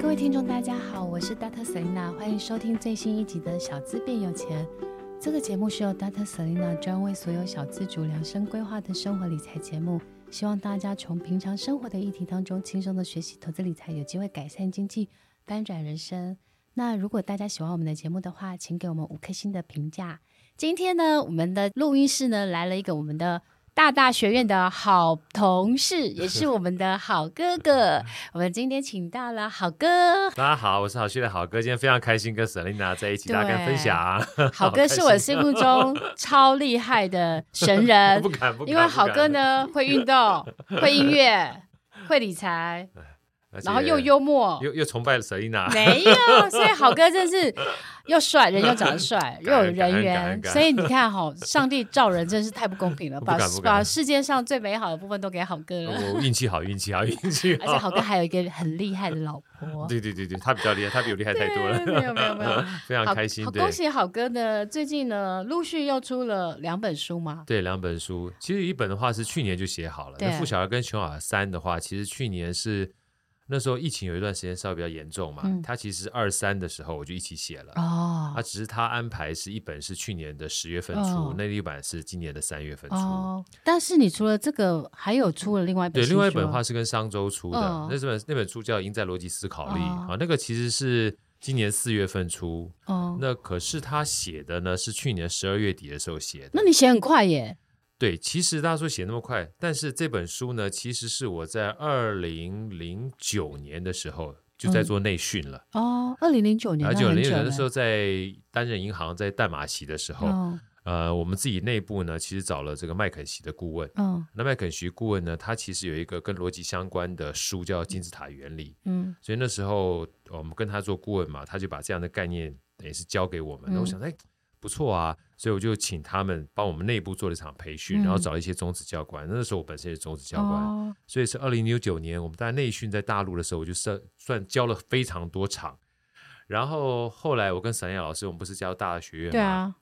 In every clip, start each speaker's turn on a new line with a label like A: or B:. A: 各位听众，大家好，我是 Data Selina，欢迎收听最新一集的《小资变有钱》。这个节目是由 Data Selina 专为所有小资主量身规划的生活理财节目，希望大家从平常生活的议题当中轻松的学习投资理财，有机会改善经济，翻转人生。那如果大家喜欢我们的节目的话，请给我们五颗星的评价。今天呢，我们的录音室呢来了一个我们的大大学院的好同 事，也是我们的好哥哥。我们今天请到了好 哥，
B: 大家好，我是好趣的好哥，今天非常开心跟 Selina 在一起，
A: 对
B: 大家跟分享。
A: 好哥是我心目中超厉害的神人
B: 不，敢不敢，
A: 因为好
B: 不敢
A: 哥，呢会运动、会音乐、 会理财，
B: 而且
A: 然后又幽默，
B: 又又崇拜 Selina，
A: 没有，所以好哥真是又帅，人又长得帅，又有
B: 恩 感
A: 人
B: 恩
A: 缘，
B: 感恩
A: 所以你看哈、上帝造人真是太不公平了，
B: 不
A: 把
B: 敢不敢
A: 把世界上最美好的部分都给好哥 了，
B: 哦我运气好，运气好，运气
A: 而且
B: 好。
A: 好哥还有一个很厉害的老婆。
B: 对对对对，他比较厉害，他比我厉害太多
A: 对
B: 了，
A: 没有没有没有，
B: 非常
A: 好
B: 开心。
A: 好
B: 对
A: 恭喜好哥呢，最近呢陆续又出了两本书嘛，
B: 对，两本书，其实一本的话是去年就写好了，
A: 对
B: 那《富小孩》跟《熊小孩三》的话，其实去年是那时候疫情有一段时间稍微比较严重嘛，
A: 嗯
B: 他其实二三的时候我就一起写了。
A: 哦
B: 啊，只是他安排是一本是去年的十月份出，
A: 哦
B: 那一版是今年的三月份出。
A: 哦，但是你除了这个，还有出了另外一本
B: 对，
A: 新书，
B: 另外一本的话是跟商周出的，
A: 嗯
B: 那这本那本书叫《赢在逻辑思考力》
A: 哦
B: 啊，那个其实是今年四月份出，
A: 哦，
B: 那可是他写的呢是去年十二月底的时候写
A: 那
B: 的。
A: 你写很快耶，
B: 对，其实大家说写那么快，但是这本书呢，其实是我在二零零九年的时候就在做内训了，
A: 哦，二零零九年，嗯
B: 而
A: 那
B: 且我
A: 很
B: 零
A: 久
B: 啊九年的
A: 了
B: 时候在担任银行在淡马锡的时候，
A: 哦，
B: 呃，我们自己内部呢其实找了这个麦肯锡的顾问。
A: 嗯
B: 那麦肯锡顾问呢，他其实有一个跟逻辑相关的书叫《金字塔原理》，
A: 嗯
B: 所以那时候呃我们跟他做顾问嘛，他就把这样的概念也是教给我们。
A: 嗯
B: 那我想，哎，不错啊，所以我就请他们帮我们内部做了一场培训，
A: 嗯
B: 然后找了一些中职教官。那时候我本身也是中职教官，
A: 哦，
B: 所以是二零零九年我们在内训在大陆的时候，我就算算教了非常多场。然后后来我跟沈燕老师，我们不是加入大学院吗？
A: 对啊，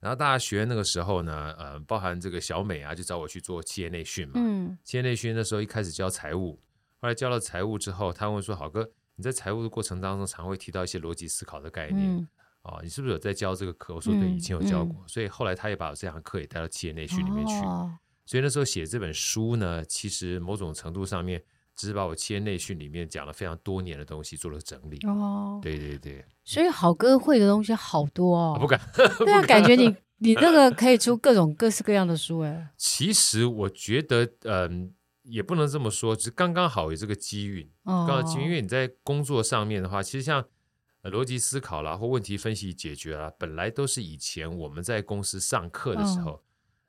B: 然后大学院那个时候呢，呃，包含这个小美啊，就找我去做企业内训嘛。
A: 嗯
B: 企业内训那时候一开始教财务，后来教了财务之后，他问说：“好哥，你在财务的过程当中，常会提到一些逻辑思考的概念、
A: 嗯，
B: 哦，你是不是有在教这个课？”我说：“
A: 嗯
B: 对，以前有教过。
A: 嗯
B: 所以后来他也把我这堂课也带到企业内训里面去。
A: 哦
B: 所以那时候写这本书呢，其实某种程度上面，只是把我企业内训里面讲了非常多年的东西做了整理。
A: 哦，
B: 对对对，
A: 所以好哥会的东西好多
B: 我不
A: 哦，
B: 敢。
A: 对啊，感觉 你你那个可以出各种各式各样的书哎，
B: 其实我觉得，嗯，也不能这么说，只是刚刚好有这个机运。
A: 哦，
B: 刚好机运，因为你在工作上面的话，其实像呃逻辑思考啦，或问题分析解决啦，本来都是以前我们在公司上课的时候，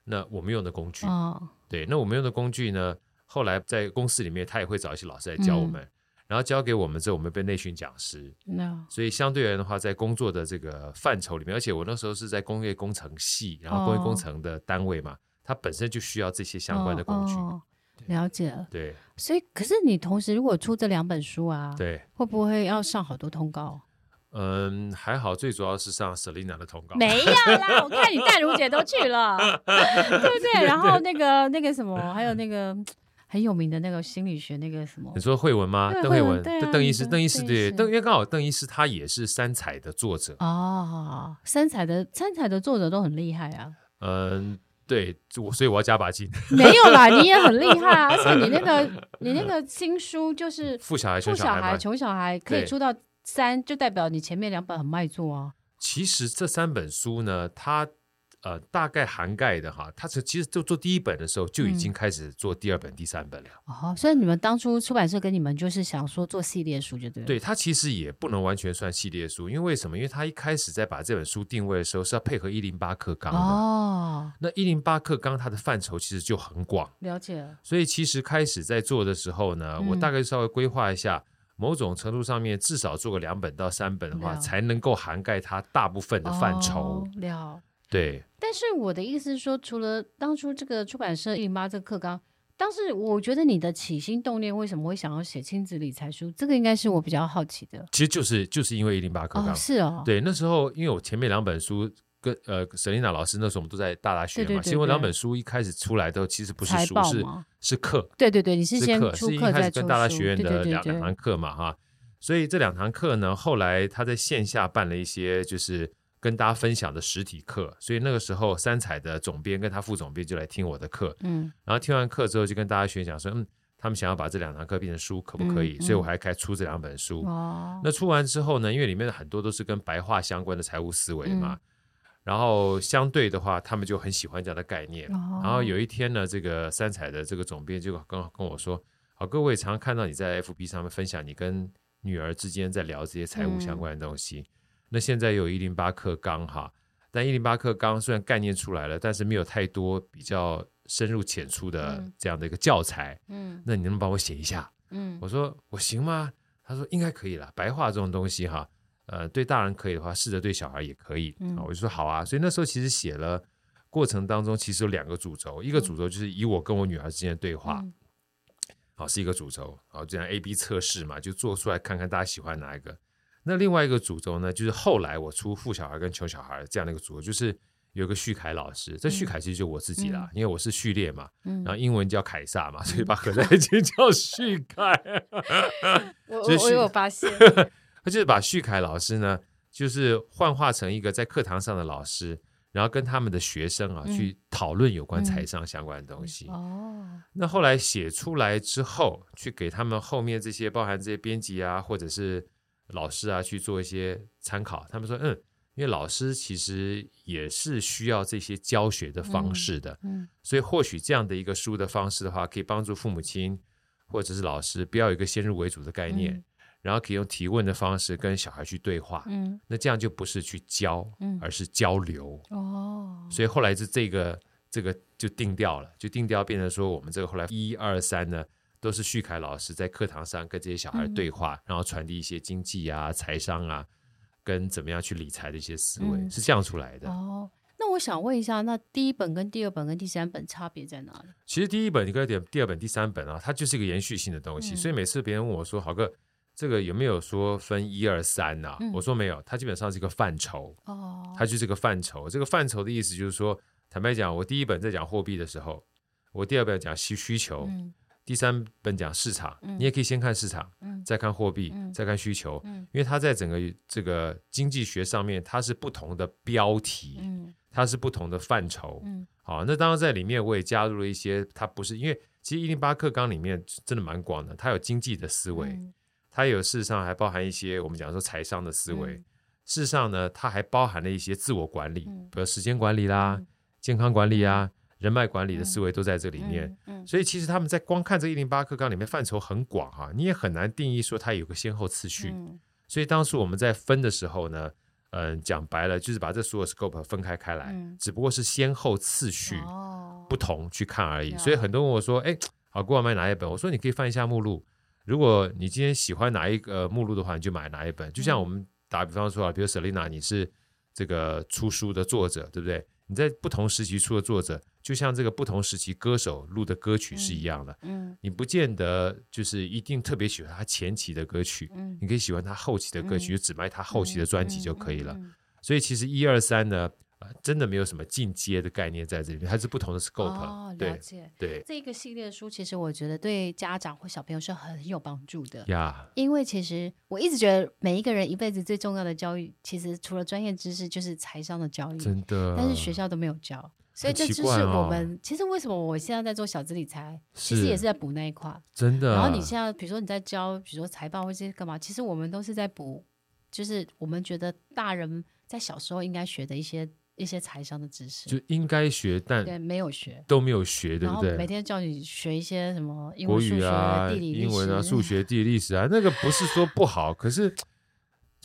B: 那我们用的工具。
A: 哦，
B: 对，那我们用的工具呢，后来在公司里面，他也会找一些老师来教我们，然后教给我们之后，我们被内训讲师。
A: 那
B: 所以相对而言的话，在工作的这个范畴里面，而且我那时候是在工业工程系，然后工业工程的单位嘛，它本身就需要这些相关的工具。
A: 哦哦了解了，
B: 对
A: 所以可是你同时如果出这两本书啊，
B: 对，
A: 会不会要上好多通告？
B: 嗯，还好，最主要是上 Selina 的通告。
A: 没有啦，我看你淡如姐都去了，对不对？然后那个那个什么，还有那个很有名的那个心理学那个什么
B: 你，说慧文吗？
A: 对
B: 邓
A: 慧文
B: 文，
A: 对啊
B: 邓医
A: 你
B: 师，
A: 的
B: 邓医师
A: 邓医
B: 对，
A: 师
B: 邓因为刚好邓医师他也是三彩的作者，
A: 哦，三彩的三彩的作者都很厉害 啊，
B: 嗯，对，我所以我要加把劲。
A: 没有啦，你也很厉害啊，而且你那 个你那个新书就是
B: 富小孩、
A: 富
B: 熊
A: 小
B: 小孩
A: 孩、
B: 嘛，
A: 穷小孩可以
B: 对
A: 出到三，就代表你前面两本很卖座啊，
B: 其实这三本书呢，它呃大概涵盖的哈，它是其实就做第一本的时候就已
A: 嗯
B: 经开始做第二本、第三本了。
A: 哦，所以你们当初出版社跟你们就是想说做系列书，就对了。
B: 对，它其实也不能完全算系列书，因为为什么？因为它一开始在把这本书定位的时候是要配合一零八课纲的。
A: 哦，
B: 那一零八课纲它的范畴其实就很广，
A: 了解了。
B: 所以其实开始在做的时候呢，我
A: 嗯
B: 大概稍微规划一下，某种程度上面至少做个两本到三本的话，
A: 了
B: 才能够涵盖它大部分的范畴。
A: 哦了。
B: 对，
A: 但是我的意思是说，除了当初这个出版社印妈这个课纲，当时我觉得你的起心动念为什么会想要写亲子理财书，这个应该是我比较好奇的。
B: 其实就是就是因为一零八课纲。
A: 哦，是哦，
B: 对，那时候因为我前面两本书跟呃沈丽娜老师那时候我们都在大大学嘛，
A: 对对对
B: 其实我两
A: 对
B: 本书一开始出来都其实不是
A: 财
B: 书
A: 报
B: 是
A: 嘛，
B: 是课，
A: 对对对，你是
B: 是
A: 先
B: 课
A: 出
B: 是一
A: 课
B: 开
A: 再
B: 始
A: 出
B: 跟大大
A: 书
B: 学院的
A: 对
B: 两
A: 对
B: 两
A: 对对
B: 堂课嘛哈，所以这两堂课呢，后来他在线下办了一些就是跟大家分享的实体课，所以那个时候三彩的总编跟他副总编就来听我的课，
A: 嗯，
B: 然后听完课之后就跟大家学讲说，嗯，他们想要把这两堂课变成书，可不可以？
A: 嗯
B: 所以
A: 嗯
B: 我还开出这两本书，
A: 哦，
B: 那出完之后呢，因为里面很多都是跟白话相关的财务思维嘛，
A: 嗯
B: 然后相对的话，他们就很喜欢这样的概念。
A: 哦
B: 然后有一天呢，这个三彩的这个总编就跟跟我说：“好，各位常看到你在 FB 上面分享你跟女儿之间在聊这些财务
A: 嗯
B: 相关的东西。那现在有一零八课纲哈，但一零八课纲虽然概念出来了，但是没有太多比较深入浅出的
A: 嗯
B: 这样的一个教材。
A: 嗯
B: 那你能不能帮我写一下？”
A: 嗯
B: 我说我行吗？他说应该可以啦。白话这种东西哈，呃，对大人可以的话，试着对小孩也可以。
A: 嗯
B: 啊，我就说好啊。所以那时候其实写了过程当中，其实有两个主轴，一个主轴就是以我跟我女儿之间的对话，
A: 嗯
B: 好是一个主轴，好这样 A B 测试嘛，就做出来看看大家喜欢哪一个。那另外一个主轴呢，就是后来我出富小孩跟穷小孩这样的一个主轴，就是有一个旭凯老师，这旭凯其实就我自己啦，因为我是序列嘛，
A: 嗯
B: 然后英文叫凯撒嘛，所以把合在一起叫旭凯。
A: 我
B: 就是
A: 我有发 现，
B: 他就是把旭凯老师呢，就是幻化成一个在课堂上的老师，然后跟他们的学生啊、
A: 嗯
B: 去讨论有关财商相关的东西。
A: 哦，
B: 那后来写出来之后，去给他们后面这些包含这些编辑啊，或者是老师啊去做一些参考。他们说，嗯，因为老师其实也是需要这些教学的方式的，
A: 嗯
B: 所以或许这样的一个书的方式的话，可以帮助父母亲或者是老师不要有一个先入为主的概念，
A: 嗯
B: 然后可以用提问的方式跟小孩去对话。
A: 嗯
B: 那这样就不是去教，
A: 嗯
B: 而是交流。
A: 哦，
B: 所以后来是这个这个就定掉了，就定掉变成说我们这个后来一二三呢。都是旭凯老师在课堂上跟这些小孩
A: 嗯
B: 对话，然后传递一些经济啊、财商啊，跟怎么样去理财的一些思维，
A: 嗯
B: 是这样出来的。
A: 哦，那我想问一下，那第一本跟第二本跟第三本差别在哪里？
B: 其实第一本跟点第二本、第三本啊，它就是一个延续性的东西。
A: 嗯
B: 所以每次别人问我说：“好哥，这个有没有说分一二三呐？”
A: 嗯
B: 我说没有，它基本上是一个范畴，
A: 哦，
B: 它就是个范畴。这个范畴的意思就是说，坦白讲，我第一本在讲货币的时候，我第二本讲需需求，
A: 嗯
B: 第三本讲市场。你也可以先看市场，
A: 嗯
B: 再看货币，
A: 嗯
B: 再看需求，
A: 嗯
B: 因为它在整个这个经济学上面，它是不同的标题，
A: 嗯
B: 它是不同的范畴。
A: 嗯
B: 好，那当然在里面我也加入了一些，它不是因为其实一零八课纲里面真的蛮广的，它有经济的思维，
A: 嗯
B: 它有事实上还包含一些我们讲说财商的思维，
A: 嗯
B: 事实上呢，它还包含了一些自我管理，
A: 嗯
B: 比如时间管理啦、
A: 嗯
B: 健康管理啊、人脉管理的思维都在这里面。
A: 嗯
B: 所以其实他们在光看这一零八课纲里面范畴很广哈、你也很难定义说它有个先后次序。
A: 嗯
B: 所以当时我们在分的时候呢，嗯，讲白了就是把这所有 scope 分开开来，
A: 嗯
B: 只不过是先后次序
A: 哦
B: 不同去看而已。
A: 了
B: 所以很多人问我说：“哎，好，郭老买哪一本？”我说：“你可以翻一下目录，如果你今天喜欢哪一个呃目录的话，你就买哪一本。”就像我
A: 嗯
B: 们打比方说啊，比如 Selina，你是这个出书的作者，对不对？你在不同时期出的作者，就像这个不同时期歌手录的歌曲是一样的。
A: 嗯
B: 你不见得就是一定特别喜欢他前期的歌曲，
A: 嗯
B: 你可以喜欢他后期的歌
A: 嗯
B: 曲，就只卖他后期的专辑就可以了。
A: 嗯嗯嗯
B: 所以其实一二三呢，呃，真的没有什么进阶的概念在这里面，它是不同的 scope、
A: 哦，了
B: 对
A: 解。
B: 对
A: 这个系列书其实我觉得对家长或小朋友是很有帮助的，
B: 呀，
A: 因为其实我一直觉得每一个人一辈子最重要的教育，其实除了专业知识就是财商的教育，
B: 真
A: 嗯
B: 的。
A: 但是学校都没有教，所以
B: 很
A: 这
B: 奇
A: 就是
B: 怪哦
A: 我们、其实为什么我现在在做小资理财，其实
B: 是
A: 也是在补那一块。
B: 真的。
A: 然后你现在比如说你在教，比如说财报或是干嘛，其实我们都是在补，就是我们觉得大人在小时候应该学的一些一些财商的知识，
B: 就应该学，
A: 对，
B: 但
A: 没有学。
B: 都没有学，对
A: 然
B: 不
A: 后
B: 对？
A: 每天叫你学一些什么英
B: 国
A: 文、数
B: 语
A: 学、
B: 啊、
A: 地理、
B: 英
A: 历
B: 文啊、
A: 史
B: 数学、地理、历史啊，那个不是说不好，可是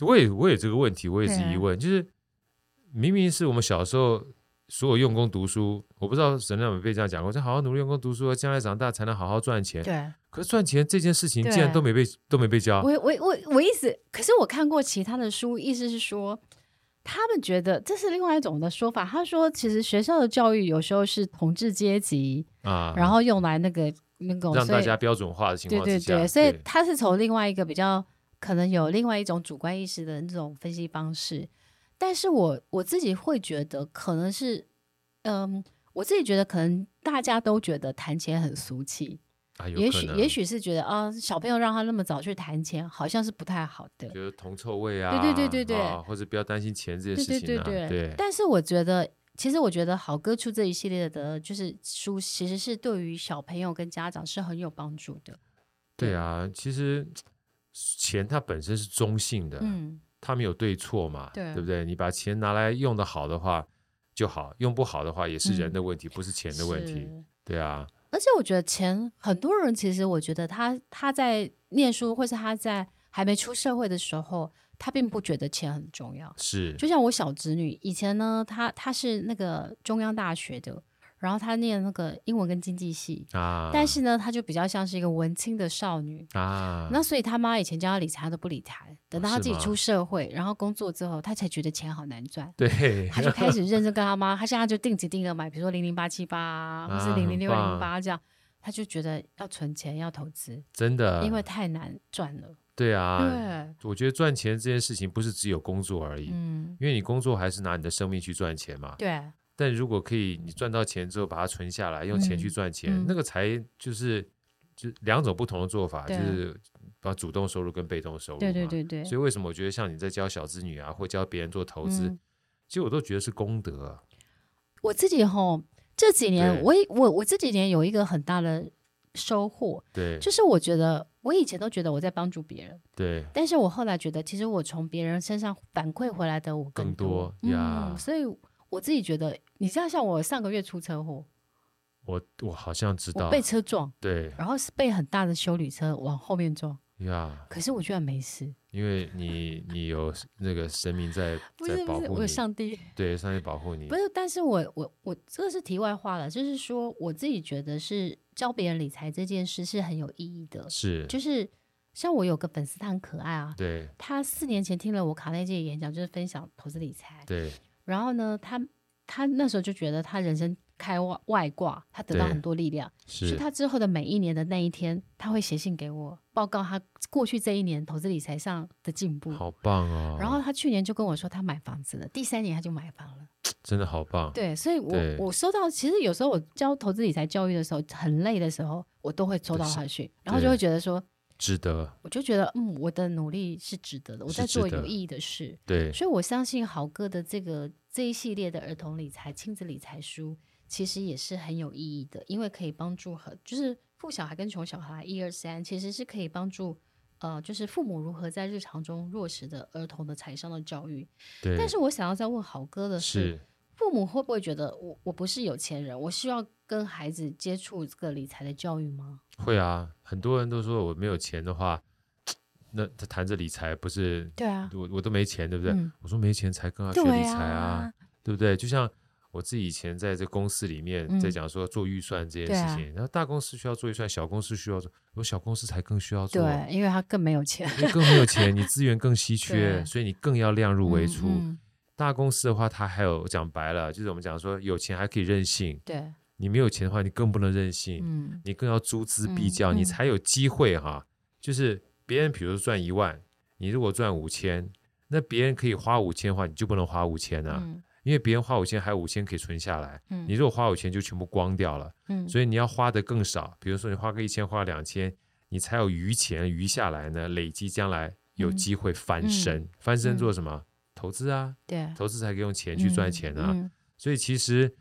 B: 我也我也这个问题，我也是
A: 对啊
B: 疑问，就是明明是我们小时候所有用功读书，我不知道神亮有没有被这样讲过，就好好努力用功读书，将来长大才能好好赚钱。
A: 对，
B: 可是赚钱这件事情
A: 对
B: 竟然都没被都没被教
A: 我，我我我意思，可是我看过其他的书，意思是说，他们觉得这是另外一种的说法。他说，其实学校的教育有时候是统治阶级，
B: 啊，
A: 然后用来那个那个，
B: 让
A: 所
B: 大
A: 以
B: 家标准化的情
A: 对
B: 况
A: 对
B: 之下，
A: 对，所以他是从另外一个比较可能有另外一种主观意识的那种分析方式，但是我我自己会觉得可能是，嗯，我自己觉得可能大家都觉得谈钱很俗气，
B: 啊，有
A: 也
B: 可
A: 许
B: 能
A: 也许是觉得啊、小朋友让他那么早去谈钱，好像是不太好的，
B: 就是铜臭味啊，
A: 对对对对对
B: 啊或者不要担心钱这件事情啊，
A: 对但是我觉得，其实我觉得好歌出这一系列的，就是书，其实是对于小朋友跟家长是很有帮助的。
B: 对啊，其实钱它本身是中性的，
A: 嗯，
B: 它没有对错嘛，
A: 对
B: 不对？你把钱拿来用的好的话就好，用不好的话也是人的问题，不是钱的问题。
A: 嗯是
B: 对啊，
A: 而且我觉得钱，很多人其实我觉得他他在念书，或是他在还没出社会的时候，他并不觉得钱很重要。
B: 是
A: 就像我小侄女以前呢，她她是那个中央大学的，然后她念那个英文跟经济系，
B: 啊，
A: 但是呢，她就比较像是一个文青的少女，
B: 啊，哦
A: 那所以他妈以前教他理财，他都不理财。等到他
B: 是
A: 自己
B: 吗，
A: 出社会，然后工作之后，他才觉得钱好难赚
B: 对，
A: 他就开始认真跟他妈。他现在就定期定额买，比如说零零八七八，或是
B: 啊
A: 零零六零
B: 很
A: 八
B: 棒
A: 这样。他就觉得要存钱，要投资，
B: 真的，
A: 因为太难赚了。
B: 对啊，
A: 对，
B: 我觉得赚钱这件事情不是只有工作而已，
A: 嗯，
B: 因为你工作还是拿你的生命去赚钱嘛。
A: 对，
B: 但如果可以，你赚到钱之后把它存下来，用钱去
A: 嗯
B: 赚钱，
A: 嗯
B: 那个才就是就两种不同的做法，就
A: 对啊
B: 是把主动收入跟被动收入嘛。
A: 对对对对，
B: 所以为什么我觉得像你在教小子女啊，或教别人做投资，
A: 嗯
B: 其实我都觉得是功德啊。
A: 我自己吼这几年，
B: 对
A: 我也我我这几年有一个很大的收获，
B: 对，
A: 就是我觉得我以前都觉得我在帮助别人，
B: 对，
A: 但是我后来觉得，其实我从别人身上反馈回来的我
B: 更
A: 多
B: 多呀
A: 嗯，所以我自己觉得，你知道，像我上个月出车祸，
B: 我我好像知
A: 我
B: 道
A: 被，车撞，
B: 对
A: 然后是被很大的修理车往后面撞，
B: 呀，
A: 可是我居然没事，
B: 因为你你有那个神明在
A: 不
B: 在
A: 是
B: 保
A: 不是，
B: 护
A: 我有
B: 你，嗯
A: 上帝，
B: 对，上帝保护你
A: 不，是，但是我我我这个是题外话了，就是说我自己觉得是教别人理财这件事是很有意义的，
B: 是，
A: 就是像我有个粉丝，他很可爱啊，
B: 对
A: 他四年前听了我卡内基的演讲，就是分享投资理财，
B: 对
A: 然后呢，他他那时候就觉得他人生开外外挂，他得到
B: 对
A: 很多力量，所以
B: 是，
A: 他之后的每一年的那一天，他会写信给我报告他过去这一年投资理财上的进步。
B: 好棒哦，
A: 然后他去年就跟我说他买房子了，第三年他就买房了。
B: 真的好棒，
A: 对，所以我
B: 对
A: 我收到，其实有时候我教投资理财教育的时候，很累的时候，我都会收到他的讯，然后就会觉得说，
B: 值得，
A: 我就觉得嗯，我的努力是值得的，我
B: 是
A: 在
B: 值
A: 做
B: 得
A: 有意义的事。
B: 对
A: 所以我相信豪哥的这个这一系列的儿童理财、亲子理财书，其实也是很有意义的，因为可以帮助和就是富小孩跟穷小孩一二三，其实是可以帮助。呃，就是父母如何在日常中落实的儿童的财商的教育。
B: 对，
A: 但是我想要再问豪哥的是，
B: 是
A: 父母会不会觉得我我不是有钱人，我需要跟孩子接触这个理财的教育吗？
B: 会啊，很多人都说我没有钱的话，那他谈着理财不是
A: 对啊，
B: 我我都没钱，对不对？
A: 嗯
B: 我说没钱才更要学理
A: 对
B: 财啊，，对不对？就像我自己以前在这公司里面
A: 嗯
B: 在讲说做预算这件
A: 对
B: 事
A: 啊
B: 情，然后大公司需要做预算，小公司需要做，我小公司才更需要做，
A: 对，因为他更没有钱，
B: 因为更没有钱，你资源更稀缺，
A: 对
B: 所以你更要量入为出。
A: 嗯嗯
B: 大公司的话，它还有讲白了，就是我们讲说有钱还可以任性，
A: 对，
B: 你没有钱的话，你更不能任性。
A: 嗯，
B: 你更要锱铢
A: 嗯
B: 必较，
A: 嗯
B: 你才有机会哈、就是别人比如说赚一万，你如果赚五千，那别人可以花五千的话，你就不能花五千啊，
A: 嗯
B: 因为别人花五千还有五千可以存下来，
A: 嗯
B: 你如果花五千就全部光掉了，
A: 嗯，
B: 所以你要花的更少。比如说你花个一千，花两千，你才有余钱余下来呢，累积将来有
A: 嗯
B: 机会翻身。翻身做什么？投资啊，
A: 对，
B: 投资才可以用钱去赚钱啊。
A: 嗯嗯
B: 所以其实，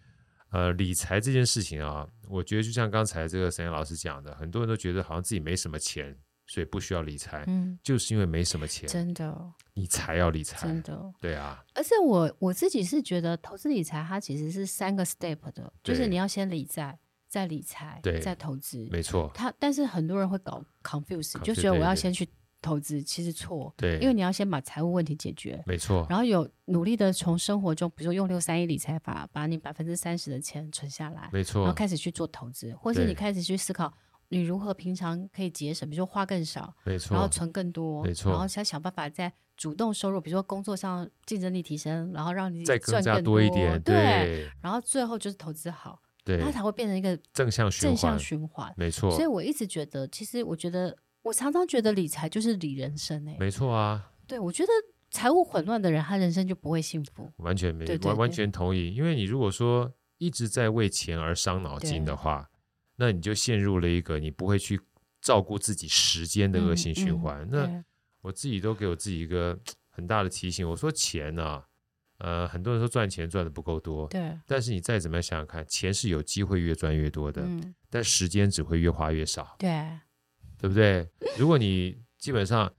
B: 呃，理财这件事情啊，我觉得就像刚才这个沈阳老师讲的，很多人都觉得好像自己没什么钱，所以不需要理财，
A: 嗯，
B: 就是因为没什么钱，
A: 真的，哦
B: 你才要理
A: 真
B: 财。
A: 的。哦
B: 对啊，
A: 而且我我自己是觉得投资理财它其实是三个 step 的，就是
B: 对
A: 你要先理财，再理财
B: 对，
A: 再投资。
B: 没错，
A: 它但是很多人会搞 confuse，就
B: confuse，
A: 觉得我要
B: 对对
A: 先去投资，其实错，
B: 对，哦
A: 因为你要先把财务问题解决，
B: 没错，
A: 然后有努力的从生活中，比如说用六三一理财法，把你百分之三十的钱存下来，
B: 没
A: 然后
B: 错，
A: 开始去做投资，或是你
B: 对
A: 开始去思考你如何平常可以节省，比如说花更少，
B: 没
A: 然后
B: 错，
A: 存更多，
B: 没错
A: 然后再想办法在主动收入，比如说工作上竞争力提升，然后让你
B: 再更
A: 赚
B: 加
A: 更
B: 多一点，
A: 对，
B: 对
A: 然后最后就是投资好，
B: 对，
A: 它才会变成一个
B: 正向循
A: 正向
B: 环，
A: 循环。
B: 没错
A: 所以，我一直觉得，其实我觉得，我常常觉得理财就是理人生诶、
B: 没错啊，
A: 对我觉得财务混乱的人，他人生就不会幸福。
B: 完全没
A: 对对
B: 完完
A: 对
B: 全同意，因为你如果说一直在为钱而伤脑筋
A: 对
B: 的话，那你就陷入了一个你不会去照顾自己时间的恶
A: 嗯
B: 性循
A: 嗯
B: 环。那
A: 对
B: 我自己都给我自己一个很大的提醒，我说钱啊，呃，很多人说赚钱赚的不够多，
A: 对，
B: 但是你再怎么样想想看，钱是有机会越赚越多的，
A: 嗯，
B: 但时间只会越花越少，
A: 对，
B: 对 不对？如果你基本上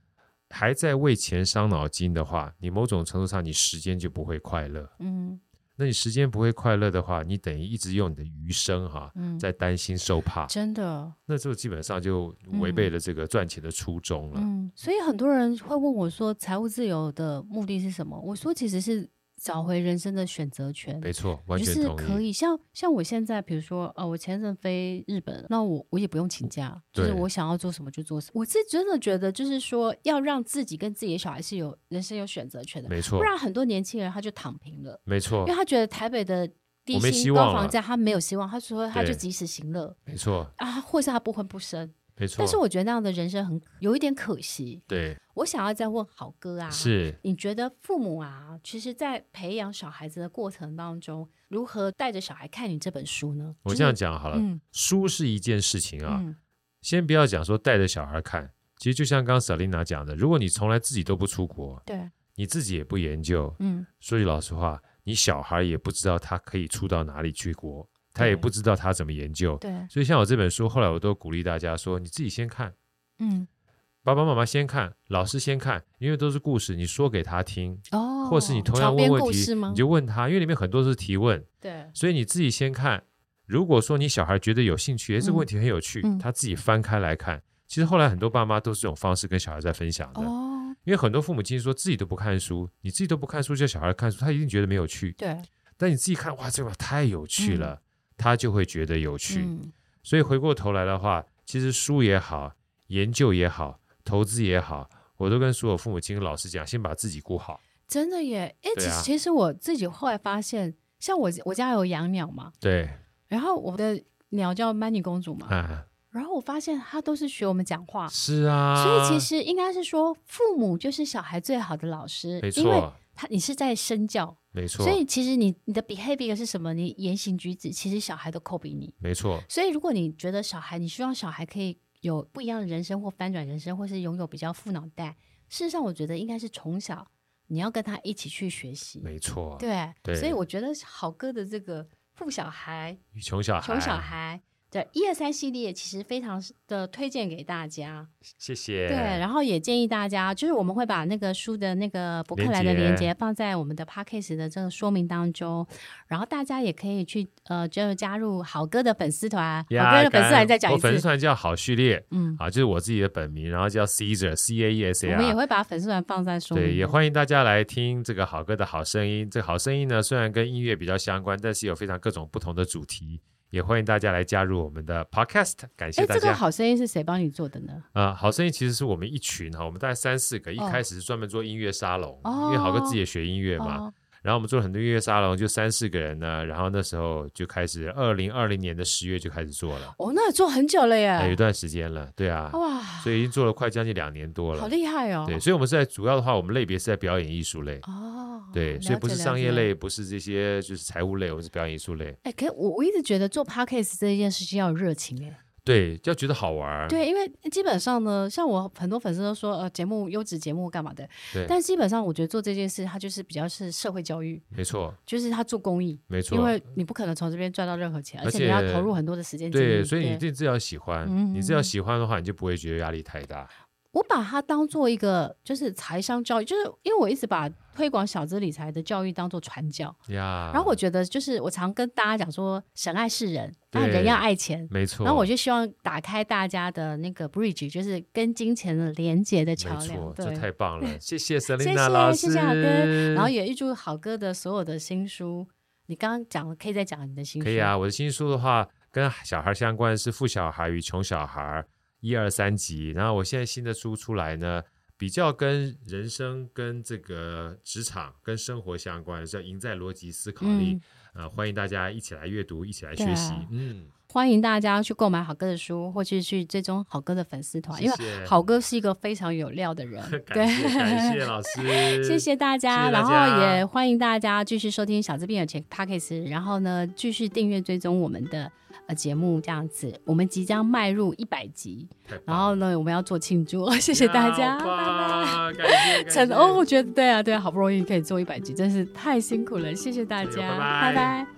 B: 还在为钱伤脑筋的话，你某种程度上你时间就不会快乐。
A: 嗯
B: 那你时间不会快乐的话，你等于一直用你的余生哈、
A: 嗯，
B: 在担心受怕，
A: 真的，
B: 那就基本上就违背了这个赚钱的初衷了。
A: 嗯，所以很多人会问我说，财务自由的目的是什么？我说其实是找回人生的选择权。
B: 没错，完
A: 就
B: 全
A: 是可
B: 同意。
A: 以，像像我现在，比如说，呃，我前阵飞日本，那我我也不用请假，就是
B: 对
A: 我想要做什么就做什么。我是真的觉得，就是说，要让自己跟自己的小孩是有人生有选择权的，
B: 没错
A: 不，然很多年轻人他就躺平了，
B: 没错
A: 因为，他觉得台北的低
B: 我没希
A: 薪
B: 望
A: 高房
B: 了
A: 价他没有希望，他说他就
B: 对
A: 及时行乐
B: 没错，
A: 啊，或是他不婚不生。
B: 没错。
A: 但是我觉得那样的人生很有一点可惜。
B: 对，
A: 我想要再问好哥啊，
B: 是
A: 你觉得父母啊，其实，在培养小孩子的过程当中，如何带着小孩看你这本书呢？
B: 我
A: 就是
B: 这样讲好了。
A: 嗯
B: 书是一件事情啊，
A: 嗯，
B: 先不要讲说带着小孩看，其实就像刚刚 Selina 讲的，如果你从来自己都不出国，
A: 对，
B: 你自己也不研究，
A: 嗯，
B: 说句老实话，你小孩也不知道他可以出到哪里去国，他也
A: 对
B: 不知道他怎么研究。
A: 对，
B: 所以像我这本书，后来我都鼓励大家说，你自己先看，
A: 嗯，
B: 爸爸妈妈先看，老师先看，因为都是故事，你说给他听，
A: 哦，
B: 或是你同样
A: 床边
B: 问问
A: 故事
B: 题，
A: 吗
B: 你？就问他，因为里面很多都是提问，
A: 对，
B: 所以你自己先看。如果说你小孩觉得有兴趣，诶，这个
A: 嗯
B: 问题很有趣，
A: 嗯
B: 他自己翻开来看。其实后来很多爸妈都是这种方式跟小孩在分享的，
A: 哦，
B: 因为很多父母亲说自己都不看书，你自己都不看书，叫小孩看书，他一定觉得没有趣。
A: 对，
B: 但你自己看，哇，这个太有趣
A: 嗯
B: 了，他就会觉得有趣。
A: 嗯，
B: 所以回过头来的话，其实书也好，研究也好，投资也好，我都跟所有父母亲、老师讲，先把自己顾好。
A: 真的耶。哎，
B: 对
A: 其
B: 啊
A: 实其实我自己后来发现，像我我家有养鸟嘛，
B: 对，
A: 然后我的鸟叫曼妮公主嘛，
B: 啊，
A: 然后我发现它都是学我们讲话，
B: 是啊，
A: 所以其实应该是说，父母就是小孩最好的老师，
B: 没
A: 因为
B: 错，
A: 他你是在身教，
B: 没错，
A: 所以其实你你的 behavior 是什么，你言行举止，其实小孩都 copy 你。
B: 没错，
A: 所以如果你觉得小孩，你希望小孩可以有不一样的人生，或翻转人生，或是拥有比较富脑袋，事实上我觉得应该是从小你要跟他一起去学习，
B: 没错。
A: 对，
B: 对
A: 所以我觉得好哥的这个富小孩、
B: 穷小孩，
A: 穷小，孩。的一二三系列其实非常的推荐给大家，
B: 谢谢。
A: 对，然后也建议大家，就是我们会把那个书的那个博客
B: 连
A: 来的
B: 结
A: 链接放在我们的 podcast 的这个说明当中，然后大家也可以去呃，就加入好哥的粉丝团，
B: 呀
A: 好哥的粉丝
B: 感
A: 团
B: 恩
A: 再讲
B: 我
A: 一
B: 粉丝
A: 次，
B: 团叫好序列
A: 嗯，
B: 啊，就是我自己的本名，然后叫 Caesar C A E S A
A: 我
B: R。
A: 们也会把粉丝团放在说明，
B: 对，也，欢迎大家来听这个好歌的好声音。这个好声音呢，虽然跟音乐比较相关，但是有非常各种不同的主题。也欢迎大家来加入我们的 podcast，感谢
A: 哎，
B: 大
A: 这
B: 家。
A: 个好声音是谁帮你做的呢？
B: 呃，好声音其实是我们一群哈，我们大概三四个，一
A: 哦
B: 开始是专门做音乐沙龙，
A: 哦
B: 因为好哥自己也学音乐嘛，
A: 哦，
B: 然后我们做了很多音乐沙龙，就三四个人呢，然后那时候就开始，二零二零年的十月就开始做了，
A: 哦，那做很久了
B: 哎有一
A: 耶，
B: 段时间了，对啊，
A: 哇，
B: 所以已经做了快将近两年多了，
A: 哦好厉害哦，
B: 对，所以我们是在主要的话，我们类别是在表演艺术类，
A: 哦，
B: 对，所以
A: 了
B: 不
A: 解
B: 是
A: 了
B: 商业
A: 解
B: 类，不是这些就是财务类，我们是表演艺术类。
A: 哎，可我我一直觉得做 podcast 这件事情要有热情哎。
B: 对，要觉得好玩儿。
A: 对，因为基本上呢，像我很多粉丝都说，呃，节目优质节目干嘛的，
B: 对
A: 但基本上我觉得做这件事，它就是比较是社会教育，
B: 没错，
A: 就是它做公益，
B: 没错。
A: 因为你不可能从这边赚到任何钱，
B: 而
A: 而且你要
B: 且
A: 投入很多的时间精力。
B: 对，所以你对自己要喜欢，
A: 嗯
B: 你自己要喜欢的话，你就不会觉得压力太大。
A: 我把它当做一个就是财商教育，就是因为我一直把推广小资理财的教育当做传教，哦
B: 呀。
A: 然后我觉得就是我常跟大家讲说，神爱世人，
B: 对
A: 但人要爱钱。
B: 没错，
A: 然后我就希望打开大家的那个 bridge，就是跟金钱的连接的桥梁。
B: 没错，
A: 对
B: 这，太 棒了，谢谢
A: 谢
B: Selina 老
A: 谢
B: 师，
A: 谢谢好哥，然后也预祝好哥的所有的新书，你刚刚讲了，可以再讲你的新书。
B: 可以啊，我的新书的话跟小孩相关是《富小孩与穷小孩》一二三集，然后我现在新的书出来呢，比较跟人生、跟这个职场、跟生活相关，是要赢在逻辑思考力。呃，欢迎大家一起来阅读，一起来学习。
A: 嗯对啊
B: 嗯，
A: 欢迎大家去购买好哥的书，或是去追踪好哥的粉丝团，
B: 谢谢。
A: 因为好哥是一个非常有料的人
B: 感谢感谢老 师，
A: 谢谢大家，
B: 谢谢
A: 然
B: 大
A: 后
B: 家
A: 也欢迎大家继续收听《小资病友前 p o c k e t 然后呢，继续订阅追踪我们的呃节目，这样子，我们即将迈入一百集，
B: 太棒
A: 然
B: 了，
A: 后呢，我们要做庆祝，谢谢大家，
B: 好
A: 拜拜。
B: 棒感谢感
A: 成
B: 谢
A: 哦，我觉得对啊，对啊，好不容易可以做一百集，真是太辛苦了，谢谢大
B: 加油
A: 家，
B: 哎拜拜
A: 拜拜